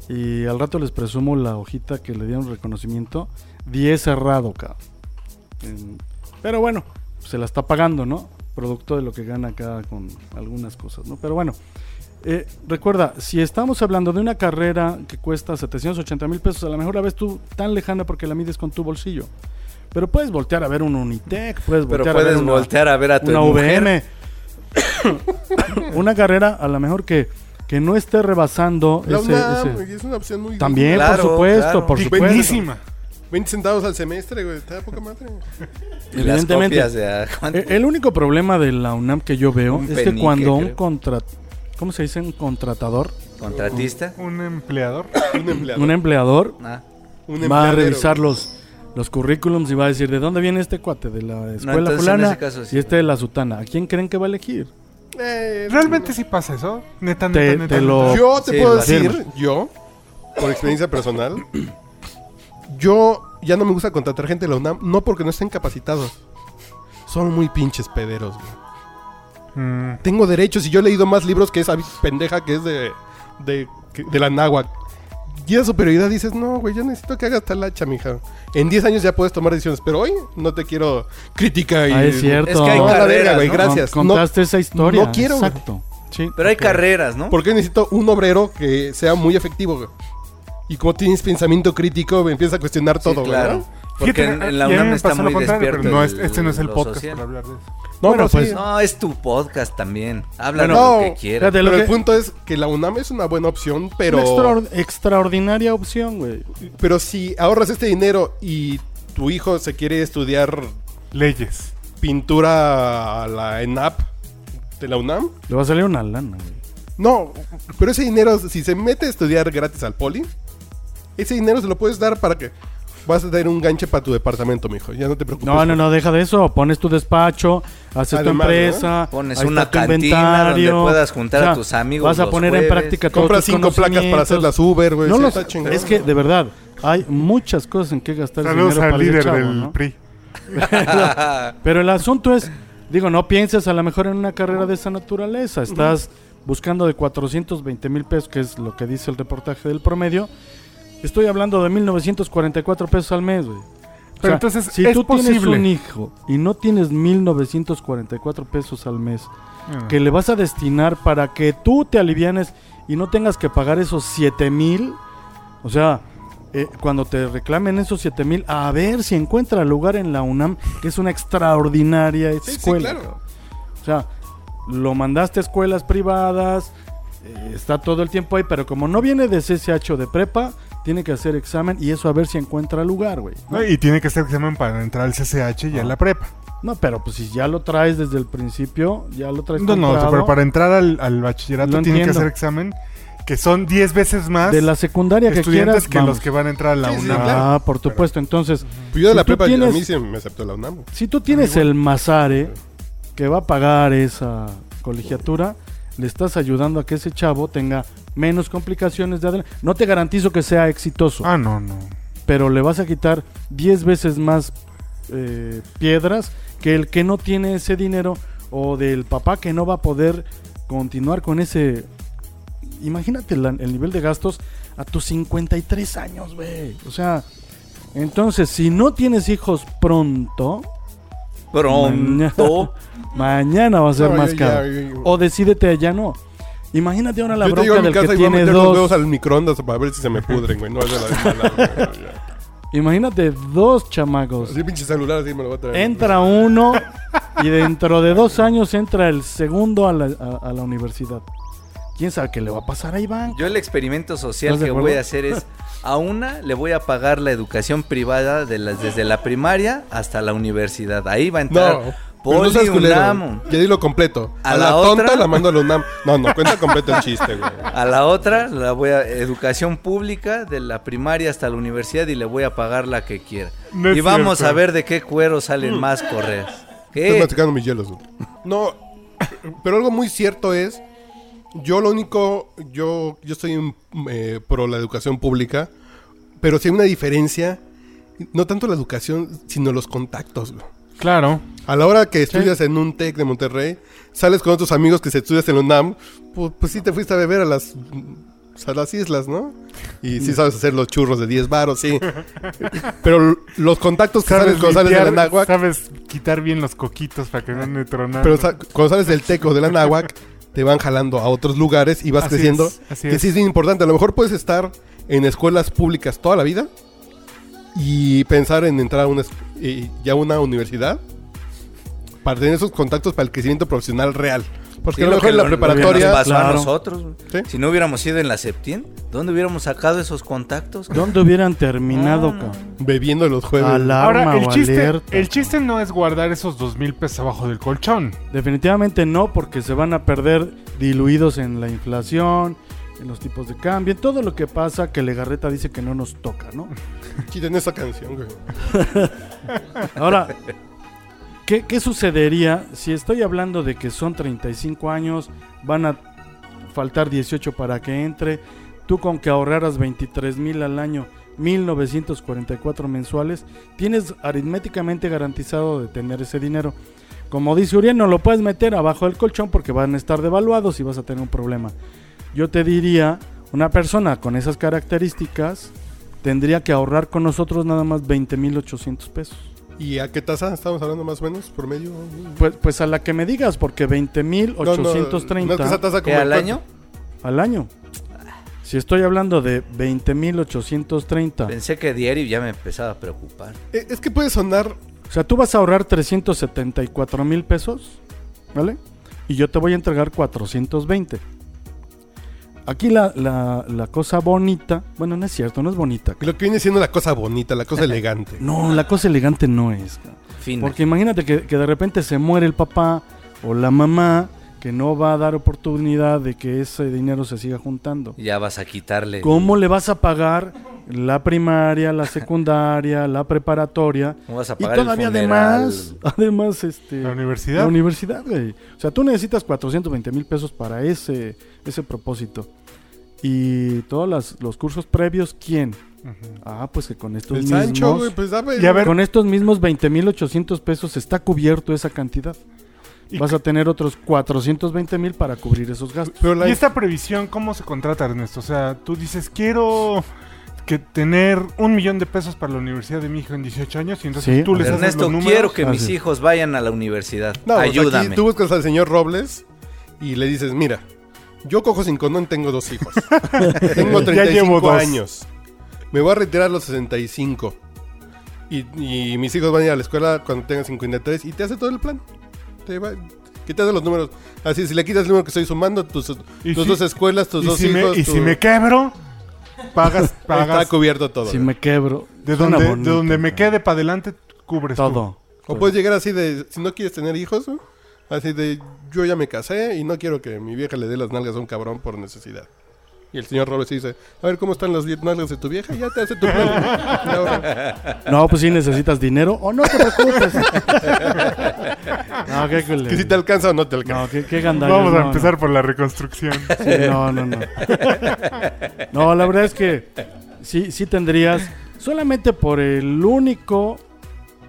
Y al rato les presumo la hojita que le dieron reconocimiento. 10 cerrado, cabrón. En- Pero bueno, se la está pagando, ¿no? Producto de lo que gana acá con algunas cosas, ¿no? Pero bueno, eh, recuerda, si estamos hablando de una carrera que cuesta 780 mil pesos, a lo mejor la ves tú tan lejana porque la mides con tu bolsillo. Pero puedes voltear a ver un Unitec, puedes
Pero
voltear a ver
puedes
una,
voltear a ver a tu
una
mujer.
UVM. (coughs) una carrera a lo mejor que, que no esté rebasando
La
ese-
UNAM,
ese-
güey, es una opción muy.
También,
Claro,
por supuesto,
claro.
por
Y
supuesto.
buenísima.
20 centavos al semestre, güey. Está de poca madre.
Y las
Evidentemente.
copias de a- (laughs)
Eh, El único problema de la UNAM que yo veo
Un
es que
penique,
cuando un
creo.
contra ¿cómo se dice? un contratador,
contratista.
Un empleador.
Un empleado.
un empleador
Ah,
un
va a
empleadero,
revisar los los currículums y va a decir, "¿De dónde viene este cuate? De la escuela
entonces, en
fulana
ese caso, sí.
y este de la sutana. ¿A quién creen que va a elegir?"
güey. Eh,
Realmente sí pasa eso. Neta, neta,
Te-
neta.
te
neta.
lo-
Yo te
Sí,
puedo
lo
decir,
afirmo.
yo, por experiencia personal, yo ya no me gusta contratar gente de la UNAM, no porque no estén capacitados. Son muy pinches pederos, güey.
Mm,
Tengo derechos y yo he leído más libros que esa pendeja que es de, de, que- de la náhuac. Y esa superioridad dices, no, güey, yo necesito que hagas tal hacha, mija. En 10 años ya puedes tomar decisiones, pero hoy no te quiero crítica y...
Ah, es cierto.
Es que hay
No, a la verga,
carreras,
güey,
¿no?
gracias. No,
Contaste esa historia.
no quiero, güey.
Exacto. Sí.
Pero hay carreras, ¿no?
Porque necesito un obrero que sea muy efectivo, güey. Y como tienes pensamiento crítico, güey, empieza a cuestionar
Sí,
todo, güey,
claro.
¿no?
Porque
Fíjate,
en, en
y
la
a mí
UNAM
me
está
pasó lo
muy
contrario,
despierto.
pero no,
el-
es- este no es el
lo
podcast
social.
para hablar de eso.
No,
Bueno,
no,
pues,
sí.
No, es tu podcast también. Habla de
Bueno,
lo que
no,
quieras.
fíjate,
Pero
lo
el
que-
punto es que la UNAM es una buena opción, pero...
Una extraor- extraordinaria opción, güey.
Pero si ahorras este dinero y tu hijo se quiere estudiar
Leyes.
pintura a la ENAP de la UNAM,
Le va a salir una lana, güey.
Pues no, pero ese dinero, si se mete a estudiar gratis al poli, ese dinero se lo puedes dar para que vas a tener un ganche para tu departamento, mijo. Ya no te preocupes.
No, no, no, deja de eso. Pones tu despacho, haces
Además,
tu empresa,
Pones
ahí está
una
tu
cantina donde
inventario.
puedas juntar a tus amigos
Vas a
los
poner
jueves.
en práctica todos
Compras
tus
cinco placas para hacer las
conocimientos.
Uber, güey.
No
sí,
los-
está chingón.
es que de verdad hay muchas cosas en que gastar el
Saludos
dinero
al
para el
líder
chavo,
del
¿no?
PRI.
Pero el asunto es, digo, no pienses a lo mejor en una carrera de esa naturaleza. Estás buscando de 420 mil pesos, que es lo que dice el reportaje del promedio. Estoy hablando de 1.944 pesos al mes, güey. O
Pero entonces,
si
¿es
tú tienes
posible?
un hijo y no tienes 1.944 pesos al mes
Mm.
que le vas a destinar para que tú te alivianes y no tengas que pagar esos 7 mil. O sea, eh, cuando te reclamen esos 7 mil, a ver si encuentra lugar en la UNAM, que es una extraordinaria
Sí, sí,
escuela.
claro.
O sea, lo mandaste a escuelas privadas, eh, está todo el tiempo ahí, pero como no viene de CCH o de prepa, tiene que hacer examen y eso a ver si encuentra lugar, güey. ¿no?
No, y tiene que ser examen para entrar al CCH y a
Ah.
la prepa.
No, pero pues si ya lo traes desde el principio, ya lo traes
No, no,
comprado
pero para entrar al, al bachillerato
Lo
tiene que
entiendo.
hacer examen que son 10 veces más
de la secundaria que
estudiantes
quieras,
que
vamos.
los que van a entrar a la
Sí, sí,
UNAM.
claro.
Ah, por supuesto. Entonces,
Pues yo de
Si
la
tú
prepa, a mí
tienes-
sí me aceptó la UNAM. güey.
si tú tienes el Mazare que va a pagar esa colegiatura, le estás ayudando a que ese chavo tenga menos complicaciones de adelante. No te garantizo que sea exitoso,
Ah, no, no.
pero le vas a quitar 10 veces más eh, piedras que el que no tiene ese dinero o del papá que no va a poder continuar con ese... Imagínate la- el nivel de gastos a tus 53 años, güey. O sea, entonces, si no tienes hijos pronto,
(laughs) Pronto.
Mañana va a ser
No,
más
yo ya-
caro.
yo- yo-
O decídete ya no. Imagínate ahora la
yo te llego
bronca
a
del
mi
que
casa y voy a
tiene
meter los
dos.
huevos al microondas para ver si se me pudren, güey. No es de la de mala, güey,
(laughs)
ya.
Imagínate dos chamacos.
Así pinche celular, así me lo voy a traer.
Entra uno y dentro de dos años entra el segundo a la, a- a la universidad. ¿Quién sabe qué le va a pasar a Iván?
Yo el experimento social
¿Estás de
que
acuerdo?
voy a hacer es a una le voy a pagar la educación privada de las desde la primaria hasta la universidad. Ahí va a entrar
No. pero
Poli
no seas culero,
UNAM.
güey. Ya di lo completo.
¿A
A, la,
la
tonta
otra? Eh.
la mando a la UNAM. No, no,
(laughs)
cuenta completo el chiste, güey.
A la otra la voy a educación pública de la primaria hasta la universidad y le voy a pagar la que quiera.
No es
y vamos
cierto. Mm.
a ver de qué cuero salen más correas.
Estás
¿Qué?
masticando mis hielos, güey. No, pero algo muy cierto es, yo lo único, yo, yo estoy en, eh, pro la educación pública, pero sí hay una diferencia, no tanto la educación, sino los contactos, güey.
Claro.
A la hora que estudias en un TEC de Monterrey, sales con otros amigos que se estudias en la UNAM, pues, pues sí te fuiste a beber a las, a las islas, ¿no? Y sí sabes hacer los churros de 10
(laughs)
baros, sí. Pero los contactos que sales
Sabes,
cuando sales de la
limpiar,
náhuac,
sabes quitar bien los coquitos para que no me tronan.
pero sa- cuando sales del TEC o de la náhuac, te van jalando a otros lugares y vas
Así
creciendo.
es, así
que
es.
sí es bien importante. A lo mejor puedes estar en escuelas públicas toda la vida y pensar en entrar a una, es- eh, ya a una universidad para tener esos contactos para el crecimiento profesional real. Porque
Sí,
a lo
lo
mejor
que
en la
lo- lo que
preparatoria...
nos pasó a
claro.
nosotros.
Sí.
Si no hubiéramos ido en la Septien, ¿dónde hubiéramos sacado esos contactos?
¿Dónde hubieran terminado,
No, no,
cabrón?
bebiendo los jueves.
Alarma
Ahora, el
o
chiste,
alerta.
el chiste no es guardar esos dos mil pesos abajo del colchón.
Definitivamente no, porque se van a perder diluidos en la inflación, en los tipos de cambio, en todo lo que pasa que Legarreta dice que no nos toca, ¿no?
Quiten esa canción, güey.
Ahora, ¿qué, qué sucedería si estoy hablando de que son 35 años, van a faltar 18 para que entre, tú con que ahorraras 23 mil al año, 1.944 mensuales, tienes aritméticamente garantizado de tener ese dinero. Como dice Uriel, no lo puedes meter abajo del colchón porque van a estar devaluados y vas a tener un problema. Yo te diría, una persona con esas características tendría que ahorrar con nosotros nada más 20.800 pesos.
¿Y a qué tasa estamos hablando más o menos? ¿Promedio?
Pues, pues a la que me digas, porque
No, no, no es que esa
20.830
tasa
¿Qué,
como
al
el-
año?
al año. Si estoy hablando de 20.830,
Pensé que diario ya me empezaba a preocupar.
Eh, Es que puede sonar
o sea, tú vas a ahorrar 374 mil pesos, ¿vale? Y yo te voy a entregar 420. Aquí la, la- la cosa bonita, bueno, no es cierto, no es bonita.
lo que viene siendo la cosa bonita,
(laughs)
la cosa elegante.
No, la cosa elegante no es. cabrón.
Fina.
Porque imagínate que, que de repente se muere el papá o la mamá que no va a dar oportunidad de que ese dinero se siga juntando.
Ya vas a quitarle.
¿Cómo le vas a pagar la primaria, la secundaria, la preparatoria?
¿Cómo vas a
Y
pagar el
todavía
funeral?
además, además este,
¿La universidad?
la universidad, güey. O sea, tú necesitas 420 mil pesos para ese, ese propósito. Y todos las- los cursos previos, ¿quién?
Ujú.
Ah, pues que con estos
El
mismos...
Sancho, güey, pues dame.
Y a ver-
Con estos mismos 20.800 pesos está cubierto esa cantidad.
Y-
Vas a tener otros 420 mil para cubrir esos gastos.
Pero la-
¿Y esta previsión cómo se contrata, Ernesto? O sea, tú dices, quiero que tener un millón de pesos para la universidad de mi hijo en 18 años y entonces
Sí.
tú les haces
Ernesto,
los números.
quiero que
Ah,
mis
sí.
hijos vayan a la universidad.
No, o sea, aquí
Ayúdame.
tú buscas al señor Robles y le dices, mira, yo cojo sin condón, tengo dos
(laughs)
hijos. tengo
Ya
35
llevo dos.
años. Me voy a retirar a los 65. Y, y mis hijos van a ir a la escuela cuando tengan 53 y te hace todo el plan. Te va, que te hace los números. Así, si le quitas el número que estoy sumando, tus, tus
¿Y si-
dos escuelas, tus
y
dos
si me-
hijos,
y
tu-
si me quebro, pagas,
(laughs) está
pagas
cubierto todo.
Si me quebro.
De
suena
donde, de
bonito,
donde me
cara.
quede para adelante, cubres tú.
Todo.
O puedes llegar así de, si no quieres tener hijos, ¿no? así de, yo ya me casé y no quiero que mi vieja le dé las nalgas a un cabrón por necesidad. Y el señor Robles dice, a ver cómo están las die- nalgas de tu vieja, ya te hace tu
(laughs)
plan. Y ahora,
No, pues si necesitas dinero. O no te preocupes. (laughs) no, qué culero.
que si te alcanza o no te alcanza.
No, qué, qué gandalla,
Vamos
no,
a
no.
empezar por la reconstrucción.
(laughs) Sí, no, no, no. No, la verdad es que sí, sí tendrías, solamente por el único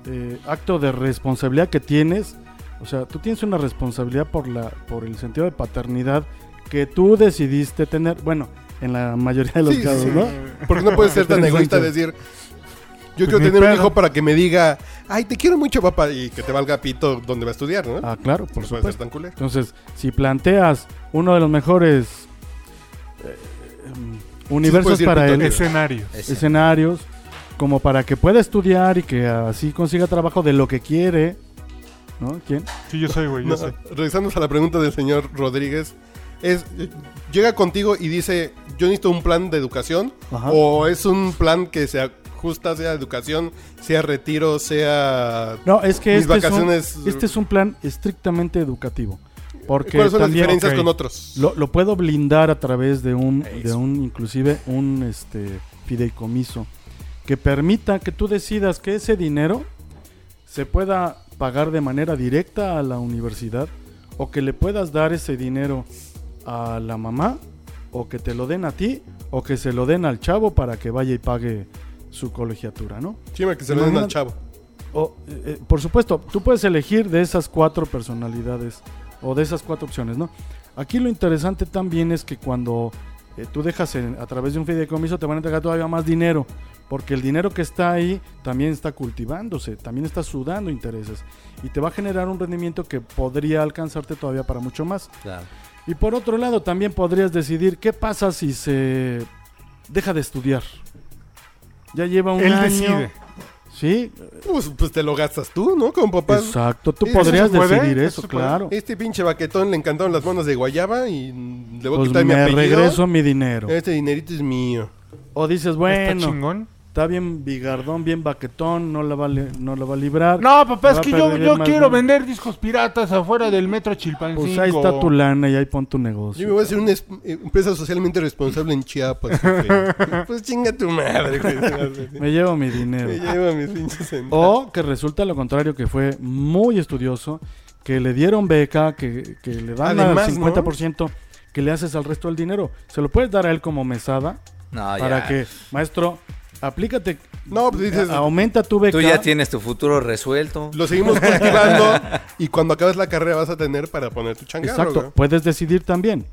eh, acto de responsabilidad que tienes, o sea, tú tienes una responsabilidad por, la, por el sentido de paternidad que tú decidiste tener, bueno, en la mayoría de los
Sí,
casos,
sí.
¿no?
Porque no puedes
(laughs)
ser tan
Exacto.
egoísta de decir, yo
Pues
quiero
ni
tener un
pedo.
hijo para que me diga, ay, te quiero mucho, papá, y que te valga pito donde va a estudiar, ¿no?
Ah, claro, por
no puede ser
supuesto.
tan culero.
Entonces, si planteas uno de los mejores eh, em, universos
decir
para él,
pitote.
Escenario.
Ese.
escenarios como para que pueda estudiar y que así consiga trabajo de lo que quiere. ¿No? ¿Quién?
Sí, yo soy, güey, yo
(laughs) No,
soy.
regresamos a la pregunta del señor Rodríguez. Es, eh, llega contigo y dice, yo necesito un plan de educación.
Ajá.
O es un plan que se ajusta sea educación, sea retiro, sea...
No, es que
Mis
este es, un,
vacaciones, eh,
este es un plan estrictamente educativo. Porque
¿Cuáles son las
también
diferencias
ok.
con otros?
lo, lo puedo blindar a través de un, de
Eso.
un inclusive un este, fideicomiso que permita que tú decidas que ese dinero se pueda pagar de manera directa a la universidad o que le puedas dar ese dinero a la mamá o que te lo den a ti o que se lo den al chavo para que vaya y pague su colegiatura, ¿no?
Chima, que se lo den al
Imagínate-
chavo.
O, eh, eh, por supuesto, tú puedes elegir de esas cuatro personalidades o de esas cuatro opciones, ¿no? Aquí lo interesante también es que cuando eh, tú dejas en- a través de un fideicomiso te van a entregar todavía más dinero, porque el dinero que está ahí también está cultivándose, también está sudando intereses y te va a generar un rendimiento que podría alcanzarte todavía para mucho más.
Claro.
Y por otro lado, también podrías decidir qué pasa si se deja de estudiar. Ya lleva un
Él
año.
decide.
Sí,
Pues, pues te lo gastas tú, ¿no? Como papá.
Exacto, tú
¿Eso
podrías
se puede?
decidir
¿Eso
eso,
se puede?
claro.
Este pinche baquetón le encantaron las manos de guayaba y mm, le voy a
Pues
quitar mi
me
apellido.
regreso mi dinero.
Este dinerito es mío.
O dices,
Está
bueno,
chingón.
está bien bigardón, bien baquetón, no la va, a li- no la va a librar.
No, papá, es
Va a
que yo,
perder
yo
más
quiero
dinero.
vender discos piratas afuera del metro Chilpancingo.
Pues ahí está tu lana y ahí pon tu
Yo me
negocio.
voy a hacer una es- eh, empresa socialmente responsable en
(laughs)
Chiapas. jefe. pues chinga tu madre, güey.
Me llevo mi
(laughs) Me
dinero.
lleva mis pinches centavos.
O que resulta lo contrario, que fue muy estudioso, que le dieron beca, que, que le dan
Además,
el
¿no?
50%, que le haces al resto del dinero. Se lo puedes dar a él como mesada
No,
para
Ah, ya.
que, maestro, aplícate,
No, pues dices,
a- aumenta tu beca.
Tú ya tienes tu futuro resuelto.
lo
(laughs)
seguimos cultivando y cuando acabes la carrera vas a tener para poner tu changarro.
Exacto,
güey.
puedes decidir también.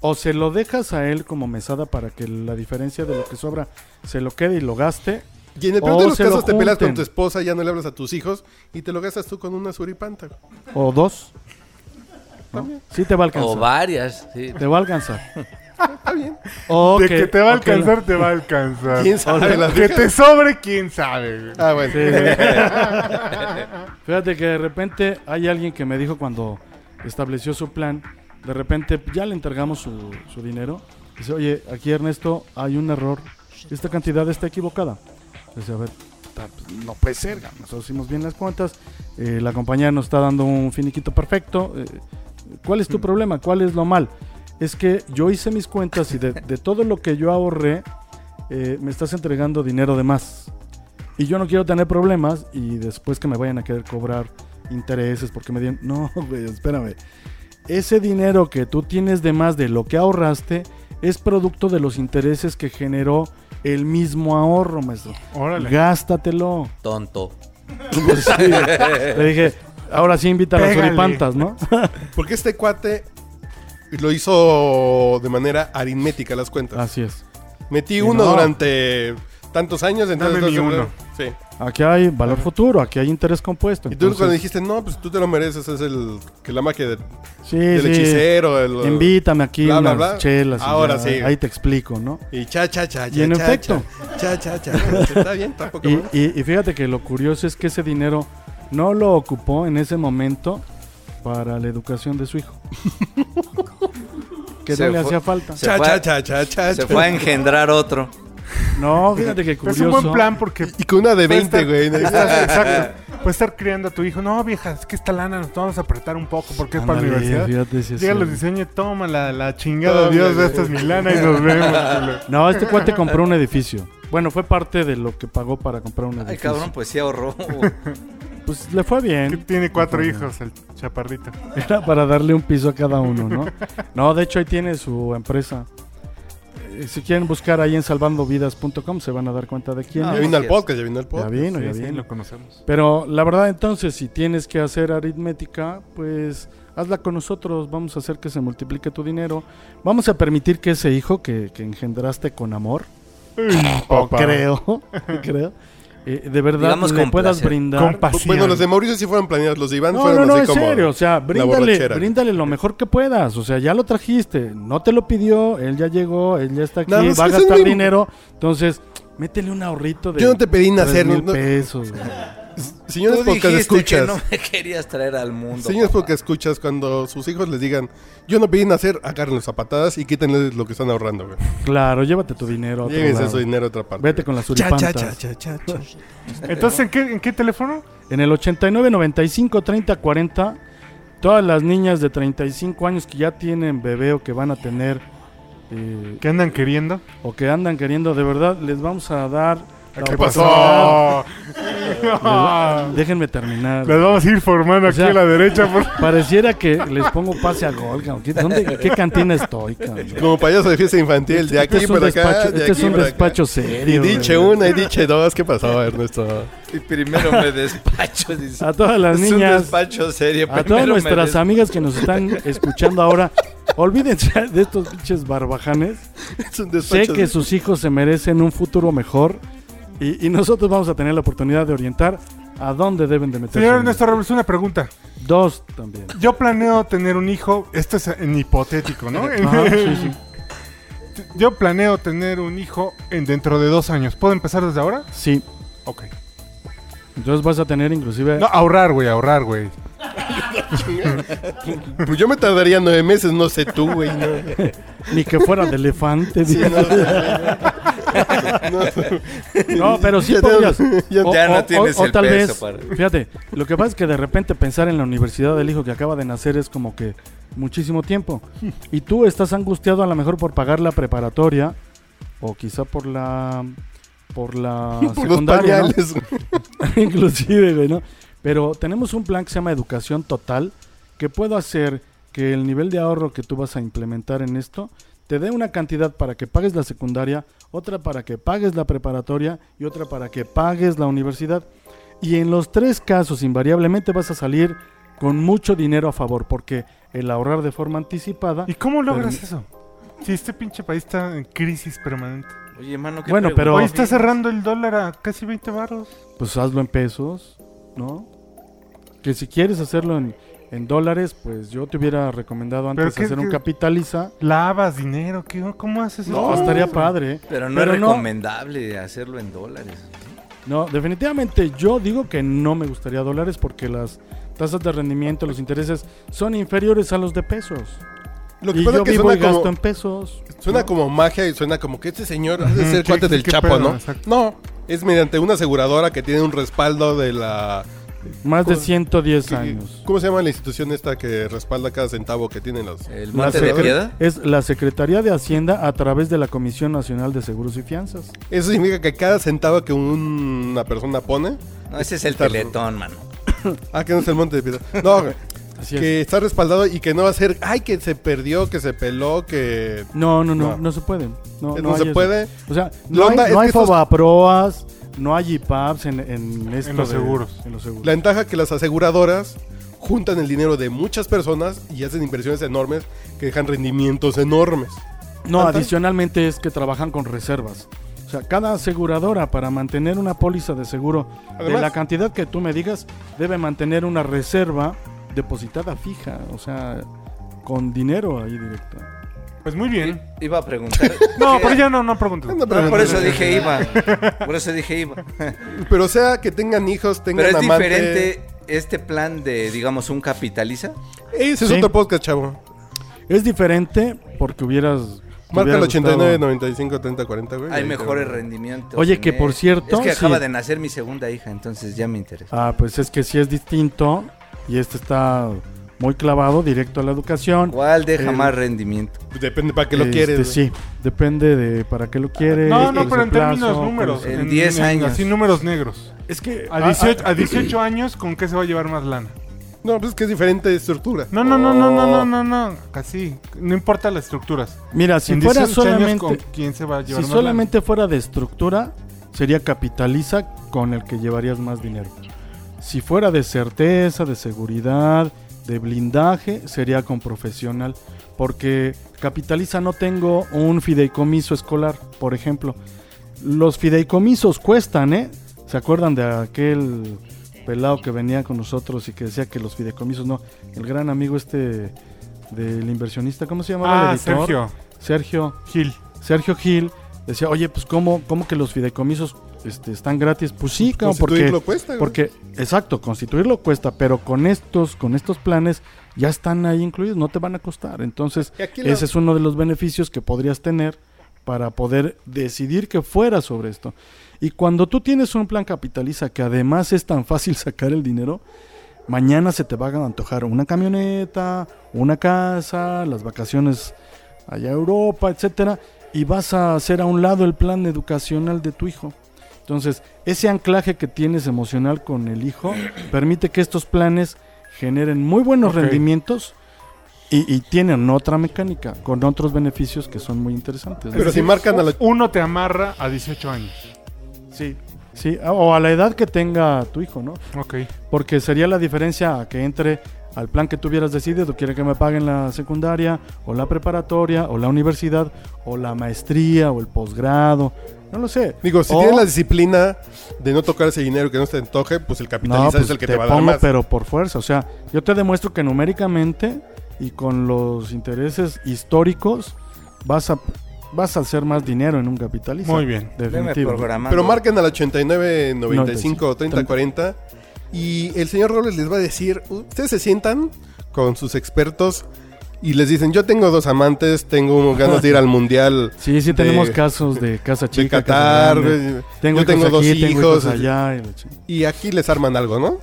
O se lo dejas a él como mesada para que la diferencia de lo que sobra se lo quede y lo gaste.
Y en el peor
O
de los
Oh, se lo
casos te pelas con
junten.
tu esposa, ya no le hablas a tus hijos y te lo gastas tú con una suripanta. güey.
O dos. ¿no? Sí te va a
O
alcanzar.
varias, sí.
Te va a alcanzar.
(laughs) Está bien.
O
de que te va a
o que la-
alcanzar, te va a alcanzar.
¿Quién sabe? Las
Que
dejas-
te sobre, quién sabe. güey.
Ah, bueno.
Sí, güey. Fíjate que de repente hay alguien que me dijo cuando estableció su plan, de repente ya le entregamos su, su dinero. Dice, oye, aquí Ernesto hay un error. Esta cantidad está equivocada. Dice, a ver, ta- pues, no puede ser. cabrón. Nosotros hicimos bien las cuentas. eh, la compañía nos está dando un finiquito perfecto. eh, ¿Cuál es
Mm.
tu problema? ¿Cuál es lo mal? Es que yo hice mis cuentas
(laughs)
y de, de todo lo que yo ahorré, eh, me estás entregando dinero de más. Y yo no quiero tener problemas y después que me vayan a querer cobrar intereses porque me dieron... (laughs) No, güey, espérame. Ese dinero que tú tienes de más de lo que ahorraste es producto de los intereses que generó el mismo ahorro, maestro.
Órale.
Gástatelo.
(laughs) Tonto.
Pues sí. Le dije, ahora sí invita a las
Eh. Pégale. (laughs)
oripantas, ¿no?
Porque este cuate lo hizo de manera aritmética las cuentas.
Así es.
Metí uno
Ah, no.
durante tantos años, entonces...
Dame mi
entonces- Sí.
Aquí hay valor futuro, aquí hay interés compuesto.
Y tú cuando
entonces-
dijiste, no, pues tú te lo mereces, es el que la magia de-
sí,
del
sí,
hechicero. el-
Invítame aquí
Bla, bla,
unas
bla.
chelas. y
Ahora
ya,
sí.
Ahí te explico, ¿no?
Y cha, cha, cha,
Y en
cha,
efecto.
Cha, cha, cha. cha. Está bien, tampoco.
Y,
mal.
y- y fíjate que lo curioso es que ese dinero no lo ocupó en ese momento para la educación de su hijo.
(laughs)
que
Se
no le
fue-
hacía falta.
se
Cha,
fue a-
cha, cha, cha, cha,
Se
cha.
fue a engendrar otro.
No, fíjate
(laughs)
que
Es
curioso.
un buen plan
(laughs)
porque
Y con una de
Puede
20,
estar-
güey.
puede estar- exacto. Puede estar criando a tu hijo. No, vieja, es que esta lana nos vamos a apretar un poco porque es para la
Ándale,
universidad.
fíjate si es
Llega los
cierto.
diseños, toma la, la chingada,
Toma,
Dios,
güey.
esta es mi lana y nos vemos. culo.
No, este cuate compró un edificio. Bueno, fue parte de lo que pagó para comprar un edificio.
Ay, cabrón, pues sí (laughs) ahorró.
Pues le fue
Que
bien.
tiene cuatro
Ajá.
hijos el chaparrito.
Era para darle un piso a cada uno, ¿no? No, de hecho ahí tiene su empresa. Eh, Si quieren buscar ahí en salvandovidas.com se van a dar cuenta de quién
Ah,
Ya
es.
vino al podcast, ya vino al
Ya
podcast.
vino, ya
Sí, sí,
vino.
lo conocemos.
Pero la verdad entonces, si tienes que hacer aritmética, pues hazla con nosotros, vamos a hacer que se multiplique tu dinero, vamos a permitir que ese hijo que, que engendraste con amor, o
Papá.
(laughs) creo, creo, eh, de verdad
Digamos
le
con
puedas
placer.
brindar.
Compasión.
Bueno, los de Mauricio sí fueron planeados, los de Iván
No,
fueron
no, no,
así
en
como.
serio, o sea, bríndale,
borrachera.
bríndale lo mejor que puedas, o sea, ya lo trajiste, no te lo pidió, él ya llegó, él ya está aquí,
Nada más
va a
que son
gastar
muy-
dinero, entonces métele un ahorrito de
Yo no te pedí nacer,
3 mil
no-
pesos. güey.
Señores
Tú
podcast
dijiste que
escuchas.
no me querías traer al mundo.
Señores
papá.
podcast escuchas, cuando sus hijos les digan, yo no pedí nacer, agárrenlos a patadas y quítenles lo que están ahorrando, güey.
Claro, llévate tu dinero. a otro
Llévense
lado.
su dinero a otra parte.
Vete con las
Cha,
suripantas.
cha, cha, cha, cha, cha.
Entonces, ¿en qué, ¿en qué teléfono?
En el 89, 95, 30, 40, todas las niñas de 35 años que ya tienen bebé o que van a tener eh,
¿Qué andan queriendo?
o que andan queriendo, de verdad, les vamos a dar. la
¿Qué
oportunidad.
(laughs) No.
Déjenme terminar.
Las vamos a ir formando
O
aquí
sea-
a la derecha. por-
Pareciera que les pongo pase a gol. cabrón. ¿Qué- ¿Dónde, en ¿Qué cantina estoy? cabrón?
Como payaso de fiesta infantil, de aquí
Este es un
para acá.
despacho,
de
este es
aquí
un
para
despacho
acá.
serio.
Y
güey.
diche una y diche dos, ¿qué pasó, Ernesto?
Y primero me (laughs) despacho, dice.
A todas las
es un
niñas.
despacho serio.
A
primero
todas
me
nuestras
des-
amigas que nos están escuchando ahora, olvídense de estos pinches barbajanes.
(laughs) Es un
Sé
despacho.
que sus hijos se merecen un futuro mejor y, y nosotros vamos a tener la oportunidad de orientar a dónde deben de
(laughs)
meterse.
Señor Ernesto Robles, una pregunta.
Dos también.
Yo planeo tener un hijo. Esto es en hipotético, (laughs) ¿no?
Ajá, sí, sí.
Yo planeo tener un hijo en dentro de dos años. ¿Puedo empezar desde ahora?
Sí.
Ok.
Entonces vas a tener inclusive...
No, ahorrar, güey, ahorrar, güey.
Pues yo me tardaría nueve meses, no sé tú, güey. No,
Ni que fuera de elefante.
Sí,
digo.
no,
(laughs)
no, no.
no. pero sí Ah,
Ya te-
podrías.
(laughs) ya
O-
te-
Ya no
o- o-
tienes
o
el
tal
peso
vez,
para-
Fíjate, lo que pasa es que de repente pensar en la universidad del hijo que acaba de nacer es como que muchísimo tiempo. Y tú estás angustiado a lo mejor por pagar la preparatoria o quizá por la... Por la
Por los
secundaria, ¿no?
pañales.
(laughs) inclusive, güey, ¿no? Pero tenemos un plan que se llama educación total, que puedo hacer que el nivel de ahorro que tú vas a implementar en esto te dé una cantidad para que pagues la secundaria, otra para que pagues la preparatoria y otra para que pagues la universidad. Y en los tres casos invariablemente vas a salir con mucho dinero a favor, porque el ahorrar de forma anticipada...
¿Y cómo logras
Permi-
eso? Si este pinche país está en crisis permanente.
Oye, hermano, ¿qué
Bueno, pero-
Hoy está cerrando el dólar a casi 20 baros.
pues hazlo en pesos, ¿no? Que si quieres hacerlo en, en dólares, pues yo te hubiera recomendado
Pero
antes
qué-
hacer un
qué-
capitaliza.
Lavas dinero, ¿qué, ¿cómo haces eso?
No, estaría padre. ¿eh?
Pero no es recomendable hacerlo en dólares.
No, definitivamente yo digo que no me gustaría dólares porque las tasas de rendimiento, los intereses son inferiores a los de pesos.
Lo que
y
pasa
yo
es que
vivo y
suena
gasto
como,
en pesos.
suena
¿no?
como magia y suena como que este señor ha de
Ujú,
ser
sí,
cuate
sí,
del
qué
Chapo,
pedo,
¿no?
exacto.
No, es mediante una aseguradora que tiene un respaldo de la...
más de
co-
110
que-
años.
¿Cómo se llama la institución esta que respalda cada centavo que tienen los...
¿El
La
monte de
secre-
piedad?
es la Secretaría de Hacienda a través de la Comisión Nacional de Seguros y Fianzas.
Eso significa que cada centavo que un- una persona pone...
No, ese es el
está-
teletón, mano.
Ah, que no es el monte de piedad.
(laughs)
No,
Así es.
que está respaldado y que no va a ser... Ay, que se perdió, que se peló, que...
No, no, no, no,
No. Eh,
se pueden. No,
No,
no hay
se
eso.
puede.
O sea,
La
no hay,
onda es
no hay
que estos-
fobaproas, no hay IPAPs en, en, esto
los
de-
seguros.
en los seguros.
La ventaja es que las aseguradoras juntan el dinero de muchas personas y hacen inversiones enormes que dejan rendimientos enormes.
No,
¿Tantas?
adicionalmente es que trabajan con reservas. O sea, cada aseguradora para mantener una póliza de seguro de
Además-
la cantidad que tú me digas debe mantener una reserva depositada fija, o sea, con dinero ahí directo.
Pues muy bien.
Iba a (laughs) preguntar.
No,
¿Qué-
pero ya no, no preguntes.
No,
No, por (laughs) eso
no,
dije iba. Por eso dije iba.
Pero sea que tengan hijos, tengan
Pero es
amantes.
diferente este plan de, digamos, un capitaliza.
Ese es
Sí.
otro podcast, chavo.
Es diferente porque hubieras... te
Marca
hubiera
el
gustado-
89, 95, 30, 40, güey.
Hay
Ahí te-
mejores rendimientos.
Oye,
en
que por
él.
cierto,
Es que acaba
sí.
de nacer mi segunda hija, entonces ya me interesa.
Ah, pues es que sí es distinto y este está muy clavado directo a la educación.
¿Cuál deja
Eh,
más rendimiento?
Pues Depende para qué lo
Este,
quieres. güey.
Sí, depende de para qué lo quieres.
No, no, pero
cuál es
este, en
el pues,
términos
plazo,
números.
Eh,
cuál
en 10 años.
Así números negros. Ah,
es- Es que
A 18, a 18 años, ¿con qué se va a llevar más lana?
No, pues es que es diferente de estructura.
No, no, no, no, no, no,
Oh.
no, no. Casi. No importa las estructuras.
mira, si
en
fuera
18 años, ¿con
solamente
quién se va a llevar
si
más
solamente fuera de estructura sería capitaliza con el que llevarías más dinero. Si fuera de certeza, de seguridad, de blindaje, sería con profesional. Porque capitaliza no tengo un fideicomiso escolar, por ejemplo. Los fideicomisos cuestan, ¿eh? ¿Se acuerdan de aquel pelado que venía con nosotros y que decía que los fideicomisos no? El gran amigo este del inversionista, ¿cómo se llamaba?
lana? Ah,
el editor?
Sergio
Sergio.
Gil.
Sergio Gil decía, oye, pues cómo, cómo que los fideicomisos este, están gratis. Pues sí, cabrón,
Constituirlo
porque,
cuesta, güey.
porque, exacto, constituirlo cuesta, pero con estos, con estos planes ya están ahí incluidos, no te van a costar. Entonces,
Y aquí la-
ese es uno de los beneficios que podrías tener para poder decidir que fuera sobre esto. Y cuando tú tienes un plan capitaliza que además es tan fácil (laughs) sacar el dinero, mañana se te va a antojar una camioneta, una casa, las vacaciones allá a Europa, etcétera, y vas a hacer a un lado el plan educacional de tu hijo. Entonces, ese anclaje que tienes emocional con el hijo permite que estos planes generen muy buenos
Ok.
rendimientos y, y tienen otra mecánica con otros beneficios que son muy interesantes. ¿no?
Pero si marcan a la...
Uno te amarra a 18 años.
sí, sí, o a la edad que tenga tu hijo, ¿no?
Ok.
Porque sería la diferencia a que entre al plan que tú hubieras decidido, quiere que me paguen la secundaria o la preparatoria o la universidad o la maestría o el posgrado, no lo sé.
Digo, si
O-
tienes la disciplina de no tocar ese dinero que no se te antoje, pues el capitaliza
No, pues
es el que te,
te
va a dar
pongo,
más.
pero por fuerza. O sea, yo te demuestro que numéricamente y con los intereses históricos vas a vas a hacer más dinero en un capitalista.
Muy bien.
Veme
Definitivo.
programando.
Pero marquen al 89, 95,
30,
30, 40. Y el señor Robles les va a decir, ustedes se sientan con sus expertos y les dicen, yo tengo dos amantes, tengo ganas de ir
(laughs)
al mundial.
Sí, sí
de-
tenemos casos de casa
De
chica, casa
Qatar,
grande.
güey.
Tengo
yo
hijos
tengo dos
aquí, tengo
hijos.
allá. y la chingada.
y aquí les arman algo, ¿no?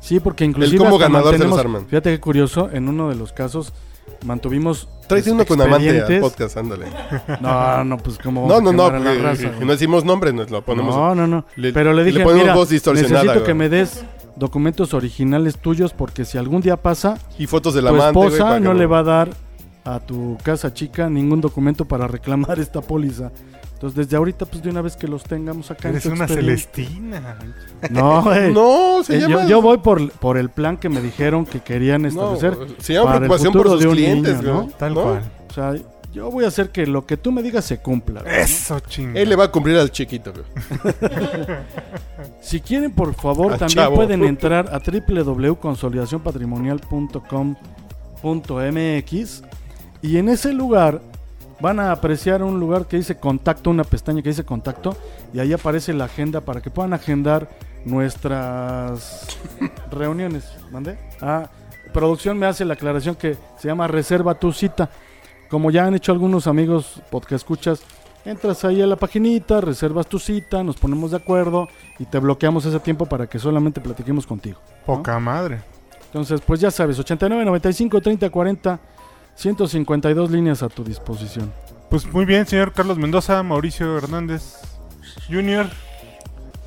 Sí, porque inclusive
combo
hasta
ganador se los
mantenemos-
arman.
Fíjate qué curioso, en uno de los casos mantuvimos
Tráete uno con amante al
Este, expedientes-
podcast, ándale.
No, no, pues como
No, no, no,
la
porque-
raza,
y no decimos nombre, nos lo ponemos.
no, no, no.
Le-
Pero le
le
dije,
ponemos
mira,
voz distorsionada,
necesito
güey.
que me des documentos originales tuyos porque si algún día pasa,
Y fotos del
tu
amante. güey,
esposa
para que
no le va a dar a tu casa chica ningún documento para reclamar esta póliza. Entonces, desde ahorita, pues de una vez que los tengamos acá. en
Eres
tu
una
expediente-
celestina.
No, güey.
(laughs) No, se
Eh, yo,
llama.
yo voy por, por el plan que me dijeron que querían
no,
establecer.
se llama
para el
preocupación por
futuro
sus
de un
clientes,
niño,
güey,
¿no?
Tal
¿no?
cual.
O sea, yo voy a hacer que lo que tú me digas se cumpla. güey, ¿no?
Eso, chinga.
Él le va a cumplir al chiquito, güey.
Si quieren, por favor,
Ah,
también
chavo.
pueden entrar a www.consolidacionpatrimonial.com.mx y en ese lugar van a apreciar un lugar que dice contacto, una pestaña que dice contacto y ahí aparece la agenda para que puedan agendar
(laughs)
nuestras reuniones. ¿Mandé? Ah, producción me hace la aclaración que se llama reserva tu cita. Como ya han hecho algunos amigos podcast escuchas, entras ahí a la paginita, reservas tu cita, nos ponemos de acuerdo y te bloqueamos ese tiempo para que solamente platiquemos contigo. ¿no?
Poca madre.
Entonces, pues ya sabes, 89, 95, 30, 40, 152 líneas a tu disposición.
Pues muy bien, señor Carlos Mendoza, Mauricio Hernández Junior,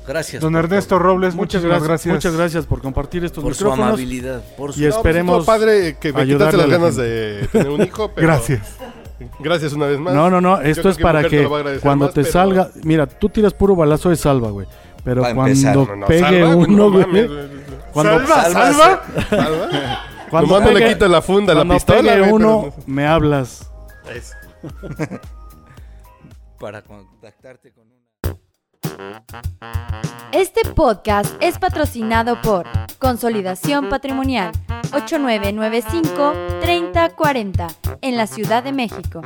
Gracias.
don
por-
Ernesto Robles, muchas gracias.
Muchas gracias por compartir estos
Por su
micrófonos.
amabilidad. Por su...
Y esperemos.
No, pues, estuvo padre que me
ayudarle
quitaste
a
las
la
ganas de tener un
(laughs)
hijo, pero
Gracias.
Gracias una vez más.
No, no, no,
creo
esto es
que
para
mujer te
que
lo va a agradecer
cuando
más,
te
pero-
salga. Mira, tú tiras puro balazo de salva, güey. Pero
Pa'
cuando
empezar, no,
No,
pegue
salva, güey,
uno,
no
güey.
mames, güey.
cuando
Salva,
Salva,
salva.
Salva.
cuando
Nomás no le
pegue-
quita la funda, la
cuando
pistola.
pegue
güey,
uno,
pero-
me hablas.
Es-
Para contactarte con una.
Este podcast es patrocinado por Consolidación Patrimonial 8995-3040 en la Ciudad de México.